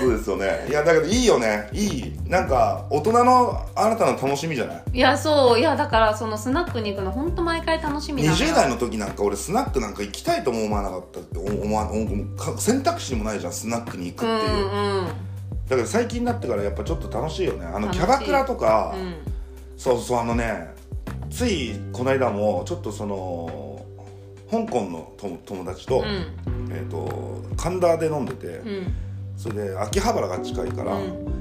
Speaker 1: とですよねいやだけどいいよねいいなんか大人の新たな楽しみじゃない
Speaker 2: いやそういやだからそのスナックに行くの本当毎回楽しみなのよ
Speaker 1: 20代の時なんか俺スナックなんか行きたいとも思わなかったって思わ思か選択肢にもないじゃんスナックに行く
Speaker 2: う
Speaker 1: っていう、
Speaker 2: んうん
Speaker 1: だから最近になってからやっぱちょっと楽しいよねあの
Speaker 2: 楽し
Speaker 1: キ
Speaker 2: い
Speaker 1: ャバクラとか、
Speaker 2: うん
Speaker 1: そうそうあのねついこの間もちょっとその香港のと友達と,、
Speaker 2: うん
Speaker 1: えー、と神田で飲んでて、
Speaker 2: うん
Speaker 1: それで秋葉原が近いから、
Speaker 2: うん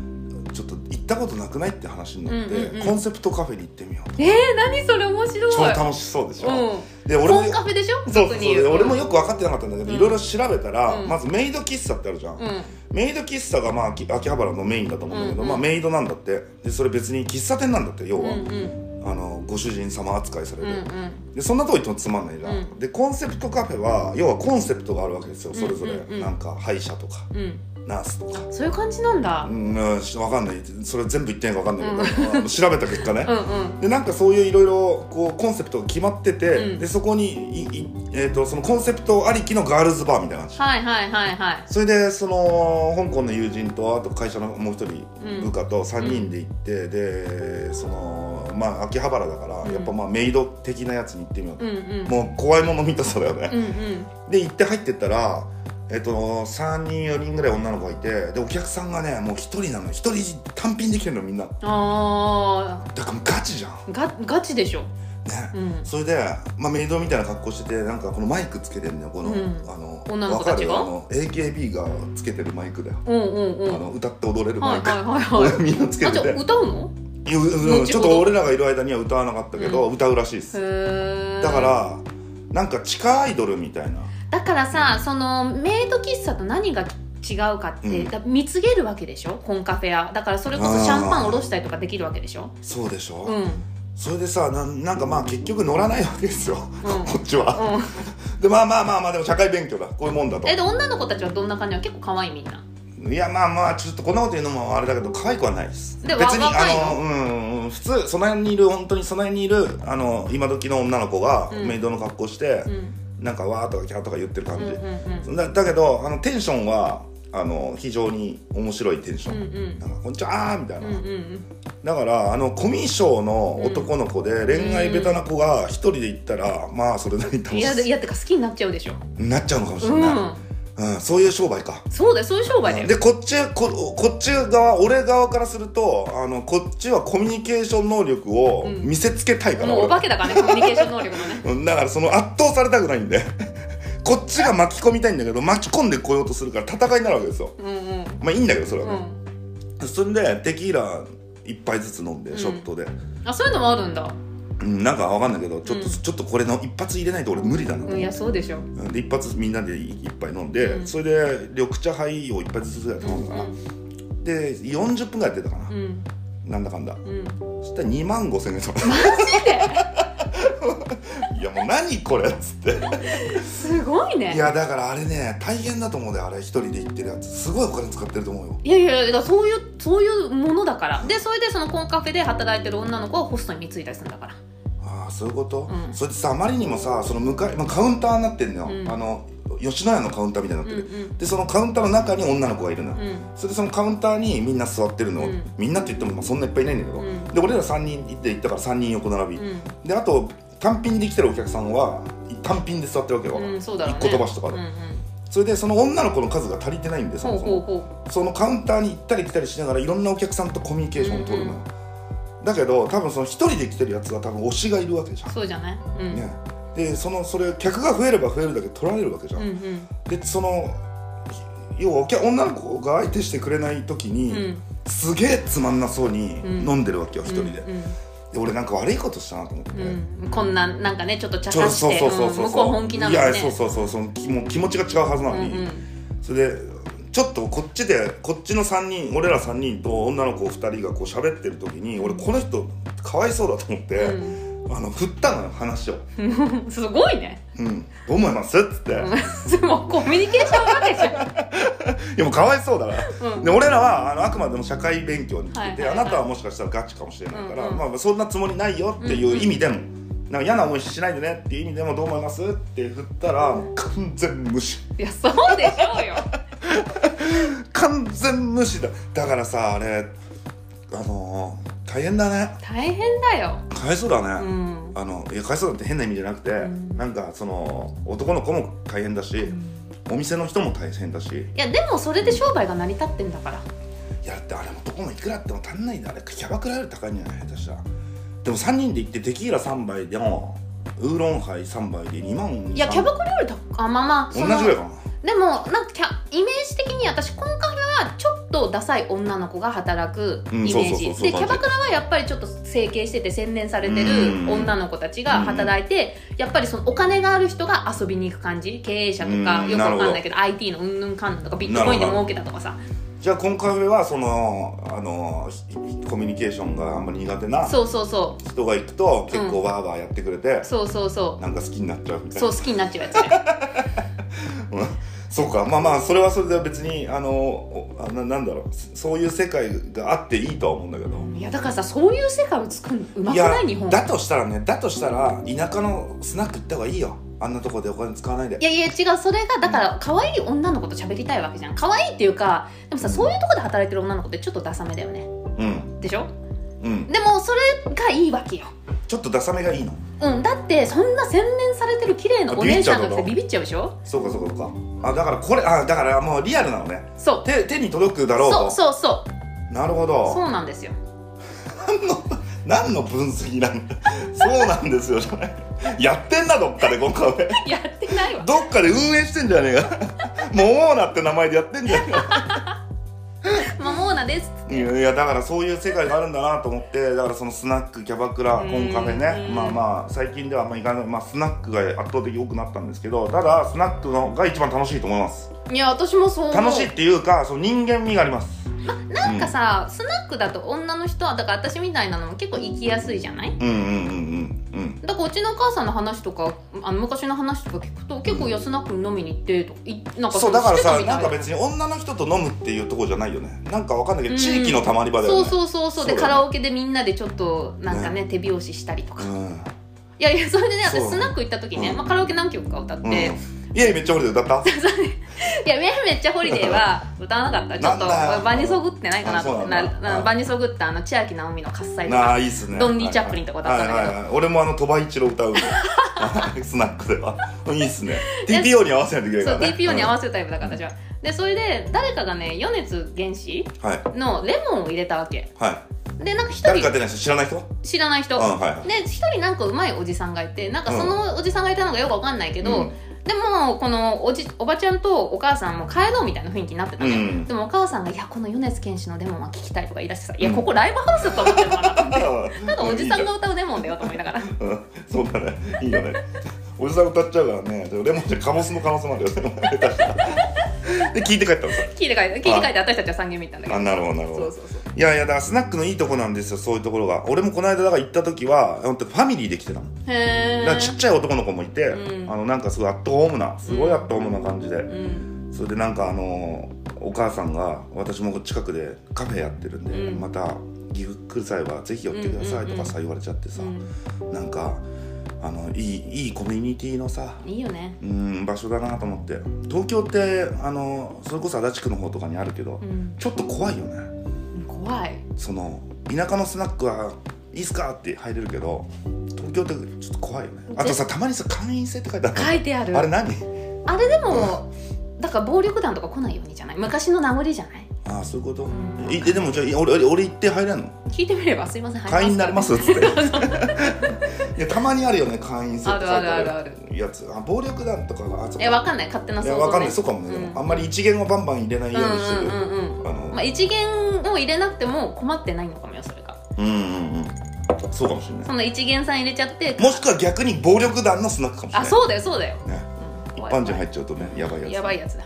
Speaker 1: ちょっと行ったことなくないって話になって、
Speaker 2: うんうんうん
Speaker 1: コンセプトカフェに行ってみようと
Speaker 2: えー、何それ面白い
Speaker 1: 超楽しそうでしょ、
Speaker 2: うん
Speaker 1: で俺
Speaker 2: コ
Speaker 1: も
Speaker 2: ンカフェでしょ
Speaker 1: そうそう
Speaker 2: 特
Speaker 1: そう
Speaker 2: に言
Speaker 1: で俺も
Speaker 2: う
Speaker 1: よく分かってなかったんだけど
Speaker 2: うん
Speaker 1: いろいろ調べたら、
Speaker 2: うん
Speaker 1: まずメイド喫茶ってあるじゃん、
Speaker 2: うん
Speaker 1: メイド喫茶が、まあ、秋秋葉原のメインだと思うんだけど、
Speaker 2: うんうん
Speaker 1: まあ、メイドなんだってでそれ別に喫茶店なんだって要
Speaker 2: うんう
Speaker 1: は、
Speaker 2: んうん
Speaker 1: あのご主人様扱いされ
Speaker 2: う
Speaker 1: て、
Speaker 2: ん
Speaker 1: でそんなとこ行ってもつまんないじゃん、
Speaker 2: う
Speaker 1: でコンセプトカフェは要はコンセプトがあるわけですよそれぞれ、
Speaker 2: うんうんうん
Speaker 1: なんか歯医者とか
Speaker 2: うん
Speaker 1: ナースとか
Speaker 2: そういう感じなんだ
Speaker 1: うん、うん、しわかんないそれ全部言ってないかわかんないけど、あの調べた結果ね、
Speaker 2: うんうん
Speaker 1: でなんかそういういろいろこうコンセプトが決まってて、
Speaker 2: うん
Speaker 1: でそこにいい、えー、とそのコンセプトありきのガールズバーみたいな感じ、
Speaker 2: はいはいはいはい
Speaker 1: それでその香港の友人とあと会社のもう一人
Speaker 2: うん
Speaker 1: 部下と3人で行って、でそのまあ秋葉原だから、
Speaker 2: うん
Speaker 1: やっぱまあメイド的なやつに行ってみようと、
Speaker 2: うんうん
Speaker 1: もう怖いもの見たさだよね、
Speaker 2: うんうん
Speaker 1: で行って入ってったらえっと、3人4人ぐらい女の子がいてでお客さんがねもう1人なの1人単品で来てるのみんな
Speaker 2: あ
Speaker 1: だからもうガチじゃん
Speaker 2: ーがガチでしょ
Speaker 1: ね
Speaker 2: うん
Speaker 1: それで、まあ、メイドみたいな格好しててなんかこのマイクつけてんのよこの、
Speaker 2: うん
Speaker 1: あの
Speaker 2: 女の子たちが
Speaker 1: わかるあの AKB がつけてるマイクだよ、
Speaker 2: うんうんう
Speaker 1: あ
Speaker 2: ん
Speaker 1: の歌って踊れるマ
Speaker 2: は
Speaker 1: イ
Speaker 2: い
Speaker 1: ク、
Speaker 2: は いはいは
Speaker 1: みんなつ
Speaker 2: い
Speaker 1: け
Speaker 2: あ
Speaker 1: て
Speaker 2: じゃあ
Speaker 1: て
Speaker 2: 歌うの
Speaker 1: いやうん
Speaker 2: 後ほど
Speaker 1: ちょっと俺らがいる間には歌わなかったけど、歌うらしいです
Speaker 2: へー
Speaker 1: だからなんか地下アイドルみたいな
Speaker 2: だからさそのメイド喫茶と何が違うかって、
Speaker 1: うん
Speaker 2: だ見つけるわけでしょコンカフェやだからそれこそシャンパンおろしたりとかできるわけでしょ
Speaker 1: そうでしょ、
Speaker 2: うんうん
Speaker 1: それでさなんなんかまあ結局乗らないわけですよ、こっちは
Speaker 2: うん
Speaker 1: でまあまあまあまあでも社会勉強だこういうもんだと
Speaker 2: えで女の子たちはどんな感じなの結構可愛いみんない
Speaker 1: やまあまあちょっとこんなこと言うのもあれだけど可愛くはないです
Speaker 2: で
Speaker 1: 別に
Speaker 2: 若いの
Speaker 1: あのうんうん普通その辺にいる本当にその辺にいるあの今時の女の子が
Speaker 2: うん
Speaker 1: メイドの格好して
Speaker 2: う、ん
Speaker 1: なんかわーとかキャーとか言ってる
Speaker 2: う
Speaker 1: 感
Speaker 2: ん
Speaker 1: じ
Speaker 2: うん、うん
Speaker 1: だだけどあのテンションはあの非常に面白いテンショ
Speaker 2: う
Speaker 1: ン、
Speaker 2: んうん
Speaker 1: なんかこんにちはーみたいな、
Speaker 2: うんうん
Speaker 1: だからあのコミュ障の男の子で恋愛ベタな子が一人で行ったら、まあそれなりに
Speaker 2: うん
Speaker 1: 楽
Speaker 2: い
Speaker 1: し
Speaker 2: やでい
Speaker 1: い
Speaker 2: やてか好きになっちゃうでしょ
Speaker 1: なっちゃうのかもしれ
Speaker 2: う
Speaker 1: ない、
Speaker 2: ん
Speaker 1: うんそういう商売か
Speaker 2: そうだよそういう商売だよ
Speaker 1: でこっちここっち側俺側からするとあのこっちはコミュニケーション能力を
Speaker 2: うん
Speaker 1: 見せつけたいから、
Speaker 2: もうお
Speaker 1: 俺
Speaker 2: 化けだからねコミュニケーション能力のね
Speaker 1: うんだからその圧倒されたくないんで こっちが巻き込みたいんだけど巻き込んでこようとするから戦いになるわけですよ
Speaker 2: うんうん
Speaker 1: まあいいんだけどそれ
Speaker 2: う
Speaker 1: はね、
Speaker 2: ん
Speaker 1: それでテキーラ一杯ずつ飲んで
Speaker 2: ん
Speaker 1: ショットで、
Speaker 2: あそういうのもあるんだ
Speaker 1: うん、なんかわかんないけどちょっと、
Speaker 2: うん
Speaker 1: ちょっとこれの一発入れないと俺無理だなと
Speaker 2: う
Speaker 1: 思っ
Speaker 2: んい
Speaker 1: て
Speaker 2: やそうでしょ
Speaker 1: うんで一発みんなで一杯飲んで、
Speaker 2: うん
Speaker 1: それで緑茶ハイを一杯ずつぐらい頼んだかな、で40分ぐらいやってたかな
Speaker 2: う、ん
Speaker 1: なんだかんだ
Speaker 2: うん
Speaker 1: そしたら2万5千円とか いやもう何これっつって
Speaker 2: すごいね
Speaker 1: いやだからあれね大変だと思うであれ一人で行ってるやつすごいお金使ってると思うよ
Speaker 2: いやいやいやだからそういうそういうものだからでそれでそのコンカフェで働いてる女の子をホストに貢いだりするんだから
Speaker 1: ああそういうこと、
Speaker 2: うん
Speaker 1: それでさあまりにもさその向かい、まあ、カウンターになってんのよ、
Speaker 2: うん
Speaker 1: あの吉野家のカウンターみたいに
Speaker 2: う
Speaker 1: なんっ
Speaker 2: う
Speaker 1: てる、
Speaker 2: ん
Speaker 1: でそのカウンターの中に女の子がいるのよ、
Speaker 2: うん
Speaker 1: それでそのカウンターにみんな座ってるの、
Speaker 2: うん
Speaker 1: みんなって言ってもまあそんないっぱいいないんだけど、
Speaker 2: うん
Speaker 1: で俺ら3人行って行ったから3人横並び、
Speaker 2: うん
Speaker 1: であと単品で来てるお客さんは単品で座ってるわけよ、
Speaker 2: うんそうだろうね
Speaker 1: 一個飛ばしとか
Speaker 2: う
Speaker 1: で
Speaker 2: んうん
Speaker 1: それでその女の子の数が足りてないんでそ
Speaker 2: ほ
Speaker 1: も
Speaker 2: う
Speaker 1: そ
Speaker 2: ほう
Speaker 1: も
Speaker 2: ほ
Speaker 1: そのカウンターに行ったり来たりしながらいろんなお客さんとコミュニケーションを取るのよ、
Speaker 2: うん
Speaker 1: だけど多分その一人で来てるやつは多分推しがいるわけじゃ
Speaker 2: うそうじゃないうん
Speaker 1: ん、ね、でそのそれ客が増えれば増えるだけ取られるわけじゃ
Speaker 2: うん
Speaker 1: ん、
Speaker 2: うん
Speaker 1: でその要はお客女の子が相手してくれない時に、
Speaker 2: うん
Speaker 1: すげえつまんなそうに
Speaker 2: うん
Speaker 1: 飲んでるわけよ一人で,、で
Speaker 2: うん
Speaker 1: 俺なんか悪いことしたなと思って、
Speaker 2: うんうんこんななんかねちょっと茶
Speaker 1: ちょ
Speaker 2: 化してうん向こう本気なのに
Speaker 1: い
Speaker 2: ね
Speaker 1: やそうそうそうそうその気も気持ちが違うはずな
Speaker 2: う
Speaker 1: の
Speaker 2: ん
Speaker 1: に、
Speaker 2: うん
Speaker 1: それでちょっとこっちでこっちの3人俺ら3人と女の子2人がこう喋ってる時に俺この人かわいそうだと思って、あの振ったのよ話を
Speaker 2: うん、 すごいね。
Speaker 1: 「うん、どう思います?」っつって
Speaker 2: うんでもコミュニケーションわけじゃん。
Speaker 1: いやもうかわいそうだから
Speaker 2: うん
Speaker 1: で俺らはあのあくまでも社会勉強に来てて、
Speaker 2: はいはいはい
Speaker 1: あなたはもしかしたらガチかもしれないから、
Speaker 2: うんうん
Speaker 1: まあ、そんなつもりないよっていう意味でも、なんか嫌な思いしないでねっていう意味でもどう思いますって振ったら完全無視
Speaker 2: いやそうでしょうよ。
Speaker 1: 完全無視だだからさあれあのー大変だね
Speaker 2: 大変だよ。
Speaker 1: かわいそうだ
Speaker 2: う
Speaker 1: ね、
Speaker 2: ん。
Speaker 1: あのいやかわいそうだって変な意味じゃなくて、
Speaker 2: うん
Speaker 1: なんかその男の子も大変だし、お店の人も大変だし
Speaker 2: いやでもそれで商売が成り立ってんだから。
Speaker 1: いやだってあれもどこもいくらあっても足んないんだあれキャバクラより高いんじゃない下手したらでも3人で行ってテキーラ3杯でもウーロンハイ3杯で2万2
Speaker 2: いやキャバクラより高あまあまあ
Speaker 1: 同じぐらい
Speaker 2: い。
Speaker 1: かな
Speaker 2: でもなんかキャイメージ的に私今回はちょっとダサい女の子が働く
Speaker 1: う
Speaker 2: イ
Speaker 1: ん
Speaker 2: メ
Speaker 1: そ
Speaker 2: ー
Speaker 1: うそうそう
Speaker 2: ジ
Speaker 1: そう
Speaker 2: で
Speaker 1: そ
Speaker 2: キ
Speaker 1: う
Speaker 2: ャバクラはやっぱりちょっと整形してて洗練されて
Speaker 1: うん
Speaker 2: る女の子たちが働いてやっぱりそのお金がある人が遊びに行く感じ経営者とか
Speaker 1: うん
Speaker 2: よくわかん
Speaker 1: なるほ
Speaker 2: な
Speaker 1: ど
Speaker 2: いけど IT のうんぬんかんぬんとかビットコインで儲けたとかさ
Speaker 1: じゃあ今回はそのあのひコミュニケーションがあんまり苦手な
Speaker 2: そうそうそ
Speaker 1: 人が行くと結構ワーワーやってくれて
Speaker 2: う、そうそうそ
Speaker 1: なんか好きになっちゃうみ
Speaker 2: う
Speaker 1: たい
Speaker 2: そ
Speaker 1: な
Speaker 2: う好きになっちゃうやつね
Speaker 1: うんそうかまあまあそれはそれで別にあのおあななんだろうそそういう世界があっていいとは思うんだけど、
Speaker 2: いやだからさそういう世界を作るのうま
Speaker 1: い
Speaker 2: くな
Speaker 1: や
Speaker 2: い日本
Speaker 1: だとしたらねだとしたら田舎のスナック行った方がいいよあんなとこでお金使わないで
Speaker 2: いやいや違うそれがだから可愛い女の子と喋りたいわけじゃん可愛いっていうかでもさそういうとこで働いてる女の子ってちょっとダサめだよね
Speaker 1: うん
Speaker 2: でしょ
Speaker 1: うん
Speaker 2: でもそれがいいわけよ
Speaker 1: ちょっとダサめがいいの
Speaker 2: うんだってそんな洗練されてる綺麗なお姉ちゃんが来て
Speaker 1: ビ
Speaker 2: ビビっちゃうでしょ
Speaker 1: そうかそうかそうかあだからこれあだからもうリアルなのね
Speaker 2: そう
Speaker 1: 手手に届くだろうと
Speaker 2: そうそうそう
Speaker 1: なるほ
Speaker 2: そ
Speaker 1: ど
Speaker 2: うなんですよ
Speaker 1: 何の分析なんだそうなんですよじゃないやってんなどっかで今回俺
Speaker 2: やってないわ
Speaker 1: どっかで運営してんじゃねえかモーナって名前でやってんじゃねえか
Speaker 2: まあモーナです
Speaker 1: いやいやだからそういう世界があるんだなと思ってだからそのスナックキャバクラコ
Speaker 2: うん
Speaker 1: ンカフェね
Speaker 2: うん
Speaker 1: まあまあ最近ではあんまり行かない、まあ、スナックが圧倒的に多くなったんですけどただスナックのが一番楽しいと思います
Speaker 2: いや私もそう思う
Speaker 1: 楽しいっていうかその人間味があります
Speaker 2: なんかさ、スナックだと女の人はだから私みたいなのも結構行きやすいじゃない
Speaker 1: うんうんうんうんうん
Speaker 2: だからうちのお母さんの話とかあの昔の話とか聞くと結構安なく飲みに行ってとかいなんか
Speaker 1: そうだからさ
Speaker 2: してたみた
Speaker 1: な
Speaker 2: い
Speaker 1: んか別に女の人と飲むっていうとこじゃないよねなんかわかんないけど、
Speaker 2: うん
Speaker 1: 地域のたまり場だよね
Speaker 2: そうそうそうそうで
Speaker 1: そうだね
Speaker 2: カラオケでみんなでちょっとなんかね手拍子したりとか、い
Speaker 1: うん
Speaker 2: やいやそれでね
Speaker 1: そう
Speaker 2: 私スナック行った時ね、
Speaker 1: うん
Speaker 2: まあ、カラオケ何曲か歌って、
Speaker 1: うん、
Speaker 2: い
Speaker 1: いやいやめっちゃ俺で歌った
Speaker 2: やめめっちゃホリデーは歌わなかったちょっ
Speaker 1: なんだよ
Speaker 2: と場にそぐってないかなと思って
Speaker 1: あそうなんだ
Speaker 2: なな場にそぐったあの千秋直美の喝采と
Speaker 1: なあ
Speaker 2: か
Speaker 1: いいっすね
Speaker 2: ドンリーチャップリンとか歌ったんだけ
Speaker 1: は
Speaker 2: ど
Speaker 1: いはいはいはい俺もあの鳥羽一郎歌うん でスナックではいいっすね TPO に合わせないといけない
Speaker 2: そ
Speaker 1: か
Speaker 2: う
Speaker 1: らね
Speaker 2: TPO に合わせるタイプだから私はでそれで誰かがね米津玄師
Speaker 1: うんはい
Speaker 2: のレモンを入れたわけ
Speaker 1: はい
Speaker 2: でなんか一
Speaker 1: 誰か
Speaker 2: 人
Speaker 1: ってない人知らない人う
Speaker 2: 知らない人、
Speaker 1: んはいはい
Speaker 2: で一人なんかうまいおじさんがいてなんかそのおじさんがいたのがよくわかんないけど、
Speaker 1: うん
Speaker 2: でもこのおじおばちゃんとお母さんも帰ろうみたいな雰囲気になってたね、
Speaker 1: うん
Speaker 2: でもお母さんが「いやこの米津玄師のデモンは聞きたい」とか言い出してさ「いやここライブハウスだと思ってるのかな」ただおじさんが歌うデモンだよと思いながら
Speaker 1: うんそうだねいいよねおじさん歌っちゃうからねでもレモンじゃカボスの可能性もあるよ ね下手したらで聞いて帰ったんですよ
Speaker 2: 聞いて書いて聞いて書いて私たちは3軒目行ったんだけ
Speaker 1: あ
Speaker 2: ど
Speaker 1: なるほどなるほ
Speaker 2: そう
Speaker 1: ど
Speaker 2: そうそう
Speaker 1: いやいやだからスナックのいいとこなんですよそういうところが俺もこの間だから行った時は本当ファミリーで来てたもん
Speaker 2: へ
Speaker 1: だ
Speaker 2: え
Speaker 1: からちっちゃい男の子もいて、
Speaker 2: うん
Speaker 1: あのなんかすごいアットホームなすごいアットホームな感じで、
Speaker 2: うん
Speaker 1: それでなんかあのお母さんが私も近くでカフェやってるんで、
Speaker 2: うん
Speaker 1: また岐阜来る際はぜひ寄ってくださいとかさ言われちゃってさ、なんかあのいいいいコミュニティのさ
Speaker 2: うんいいよね
Speaker 1: うん場所だなと思って東京ってあのそれこそ足立区の方とかにあるけど、
Speaker 2: うん
Speaker 1: ちょっと怖いよね
Speaker 2: 怖い
Speaker 1: その田舎のスナックはいいっすかって入れるけど東京ってちょっと怖いよねあとさたまにさ会員制って書いてある
Speaker 2: 書いてある
Speaker 1: あれ何
Speaker 2: あれでもだから暴力団とか来ないようにじゃない昔の名残じゃない
Speaker 1: ああそういうこと、
Speaker 2: ん
Speaker 1: いででもじゃあい俺俺俺行って入れんの
Speaker 2: 聞いてみればすいません
Speaker 1: 会員になりますっつって
Speaker 2: そうそう
Speaker 1: いやたまにあるよね会員制って書いて
Speaker 2: あるある
Speaker 1: やつあ暴力団とかがあそっか
Speaker 2: えわかんない勝手ない想
Speaker 1: や
Speaker 2: 像、ね、
Speaker 1: わかんないそうかもね、で
Speaker 2: うん
Speaker 1: もあんまり一元をバンバン入れないようにしてる、
Speaker 2: うんうんうんうん
Speaker 1: あの、
Speaker 2: まあ、一元を入れなくても困ってないのかもよそれが
Speaker 1: うんうんうんそうかもしれな
Speaker 2: その一元さん入れちゃって
Speaker 1: いもしくは逆に暴力団のスナックかもしれない
Speaker 2: あそうだよそうだよ、
Speaker 1: ね
Speaker 2: うん
Speaker 1: 一
Speaker 2: 怖い
Speaker 1: 般人入っちゃうとねやばいやつ
Speaker 2: やばいやつだ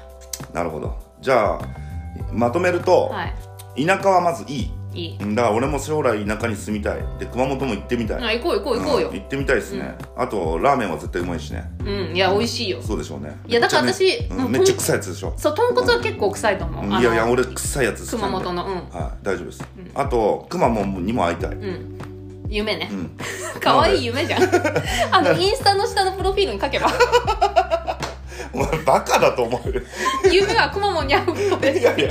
Speaker 1: なるほどじゃあまとめると、
Speaker 2: はい
Speaker 1: 田舎はまずいい
Speaker 2: いい
Speaker 1: うんだから俺も将来田舎に住みたいで熊本も行ってみたい、
Speaker 2: あ行こう行こう行こうよ
Speaker 1: ん行ってみたいですね、あとラーメンは絶対うまいしね
Speaker 2: うんいや美味しいよ
Speaker 1: そうでしょうね
Speaker 2: いやだから
Speaker 1: めっちゃね
Speaker 2: 私
Speaker 1: う、
Speaker 2: もうん
Speaker 1: めっちゃ臭いやつでしょ
Speaker 2: そう豚骨は結構臭いと思う
Speaker 1: うん
Speaker 2: あの
Speaker 1: いやいや俺臭いやつ好きなん
Speaker 2: 熊
Speaker 1: で
Speaker 2: 本のうん
Speaker 1: はい大丈夫です、
Speaker 2: うん
Speaker 1: あとくまモンにも会いたい、うん
Speaker 2: うん夢ね可愛い夢じゃんあのインスタの下のプロフィールに書けば
Speaker 1: お前バカだと思うよ
Speaker 2: 夢はくまモンに会うこと で
Speaker 1: いやいや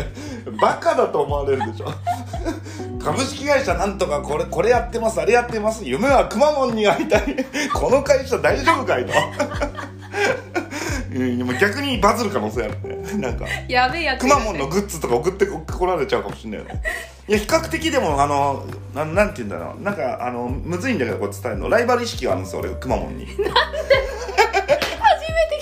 Speaker 1: バカだと思われるでしょ 株式会社なんとかこれこれやってますあれやってます夢はくまモンに会いたい この会社大丈夫かいと うんでも逆にバズる可能性あるねなんか
Speaker 2: やべえやつ
Speaker 1: くまモンのグッズとか送ってこられちゃうかもしれないよねいや比較的でもあのななんて言うんだろうなんかあのむずいんだけどこう伝えるのライバル意識があるんですよ俺くまモンにい
Speaker 2: 初めて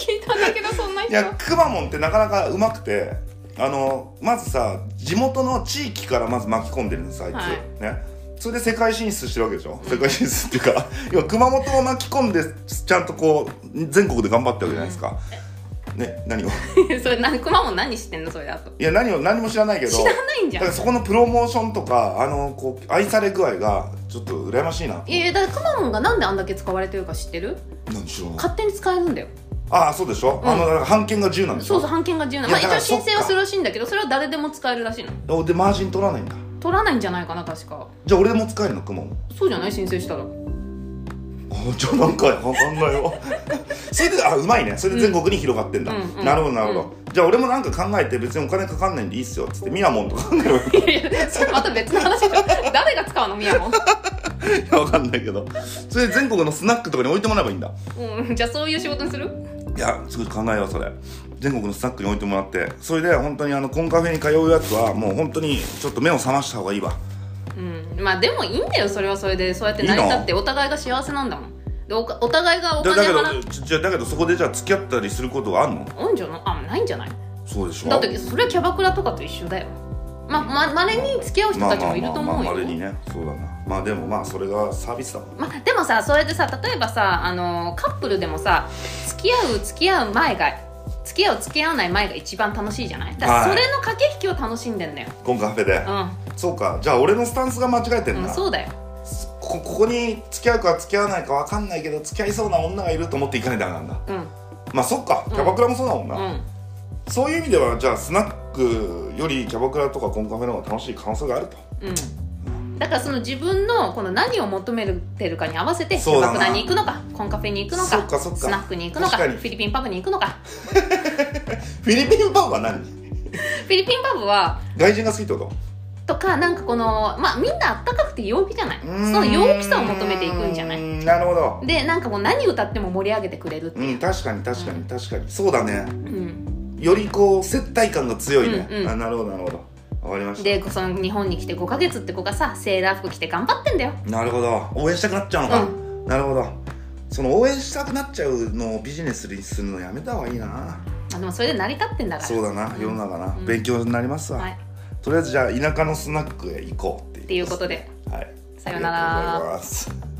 Speaker 2: 聞いたんだけどそんな人
Speaker 1: やくまモンってなかなかうまくてあのまずさ地元の地域からまず巻き込んでるんですあいつ、
Speaker 2: は
Speaker 1: ねそれで世界進出してるわけでしょ世界進出っていうか 要は熊本を巻き込んでちゃんとこう全国で頑張ってるわけじゃないですか、ね何を
Speaker 2: それなくまモン何知ってんのそれだと
Speaker 1: いや何を何も知らないけど
Speaker 2: 知らないんじ
Speaker 1: だ
Speaker 2: ゃ
Speaker 1: か
Speaker 2: ん
Speaker 1: らそこのプロモーションとかあのこう愛され具合がちょっと羨ましいなと
Speaker 2: いやいやだからくまモンがなんであんだけ使われてるか知ってる
Speaker 1: 何しろ
Speaker 2: 勝手に使えるんだよ
Speaker 1: ああそうでしょ、
Speaker 2: うん
Speaker 1: あのだから判券が10なんでし
Speaker 2: そう
Speaker 1: ょ
Speaker 2: そう判券が自由ないま
Speaker 1: や
Speaker 2: あ一
Speaker 1: だか
Speaker 2: 応
Speaker 1: ら
Speaker 2: 申請
Speaker 1: そっ
Speaker 2: は
Speaker 1: か
Speaker 2: するらしいんだけどそれは誰でも使えるらしいの
Speaker 1: おでマージン取らないんだ
Speaker 2: 取らないんじゃないかな確か
Speaker 1: じゃあ俺も使えるのくも
Speaker 2: そうじゃない申請し たらう
Speaker 1: あじゃあなんかわ かんないよそれであうまいねそれで全国に広がってんだ、
Speaker 2: うんうん
Speaker 1: なるほどなるほど、じゃあ俺もなんか考えて別にお金かかんないんでいいっすよっつってミヤモンとか考えればい
Speaker 2: いやいやそれまた別の話でしょ誰が使うのみやもん
Speaker 1: い かわかんないけどそれで全国のスナックとかに置いてもらえばいいんだ
Speaker 2: うん、じゃあそういう仕事にする
Speaker 1: いやすごい考えようそれ全国のスナックに置いてもらってそれで本当にあのコンカフェに通うやつはもう本当にちょっと目を覚ました方がいいわ
Speaker 2: うんまあでもいいんだよそれはそれでそうやって成り立ってお互いが幸せなんだもんでおかお互いがお
Speaker 1: だ
Speaker 2: 金
Speaker 1: だけ
Speaker 2: 払
Speaker 1: ど
Speaker 2: っ
Speaker 1: じゃじゃだけどそこでじゃあ付き合ったりすることがあんの
Speaker 2: うんじゃないあないんじゃない
Speaker 1: そうでしょ
Speaker 2: だってそれはキャバクラとかと一緒だよまままれに付き合う人
Speaker 1: まあ
Speaker 2: たち
Speaker 1: まあ
Speaker 2: もい
Speaker 1: ま
Speaker 2: ると
Speaker 1: あま
Speaker 2: 思
Speaker 1: あ
Speaker 2: うよ
Speaker 1: まれにねそうだなまあでもまあそれがサービスだもん
Speaker 2: まあ、でもさそれでさ例えばさあのカップルでもさ付き合う付き合う前が付き合う付き合わない前が一番楽しいじゃないだから
Speaker 1: は
Speaker 2: そ
Speaker 1: い
Speaker 2: れの駆け引きを楽しんでんだよ、
Speaker 1: コンカフェで
Speaker 2: う
Speaker 1: そうかじゃあ俺のスタンスが間違えてん
Speaker 2: ん、う
Speaker 1: だ、
Speaker 2: ん、そうだよ
Speaker 1: こここに付き合うか付き合わないかわかんないけど付き合いそうな女がいると思っていかないとダメなんだ
Speaker 2: うん
Speaker 1: まあそっか
Speaker 2: うん
Speaker 1: キャバクラもそうだもんな、
Speaker 2: うん
Speaker 1: そういう意味ではじゃあスナックよりキャバクラとかコンカフェの方が楽しい可能性があると
Speaker 2: うんだからその自分のこの何を求めてるかに合わせてキ
Speaker 1: そ
Speaker 2: ャ
Speaker 1: うだ
Speaker 2: バ
Speaker 1: な
Speaker 2: クラに行くのかコンカフェに行くの
Speaker 1: そ
Speaker 2: か
Speaker 1: っかそっか
Speaker 2: スナックに行くのか
Speaker 1: 確かに
Speaker 2: フィリピンパブに行くのか
Speaker 1: フィリピンパンは何
Speaker 2: フィリピンパブは
Speaker 1: 外人が好きってこと
Speaker 2: とかなんかこのまあみんなあったかくて陽気じゃないその陽気さを求めていくんじゃな
Speaker 1: う
Speaker 2: い
Speaker 1: ーんなるほど
Speaker 2: でなんかもう何歌っても盛り上げてくれるって
Speaker 1: う
Speaker 2: い
Speaker 1: ん
Speaker 2: う、
Speaker 1: 確かに確かに確かにそうだね
Speaker 2: うん、
Speaker 1: よりこう接待感が強いね、
Speaker 2: うんうん
Speaker 1: あなるほどなるほどわかりまし
Speaker 2: でその日本に来て5ヶ月って子がさセーラー服着て頑張ってんだよ
Speaker 1: たなるほど応援したくなっちゃうのか、
Speaker 2: う
Speaker 1: なるほどその応援したくなっちゃうのをビジネスにするのやめた方がいいな
Speaker 2: あでもそれで成り立ってんだから
Speaker 1: そうだな世の中な、
Speaker 2: うん
Speaker 1: 勉強になりますわ、
Speaker 2: はい、っ
Speaker 1: とりあえずじゃあ田舎のスナックへ行こうって
Speaker 2: ていうことで
Speaker 1: はい
Speaker 2: さようなら
Speaker 1: ありがとうございます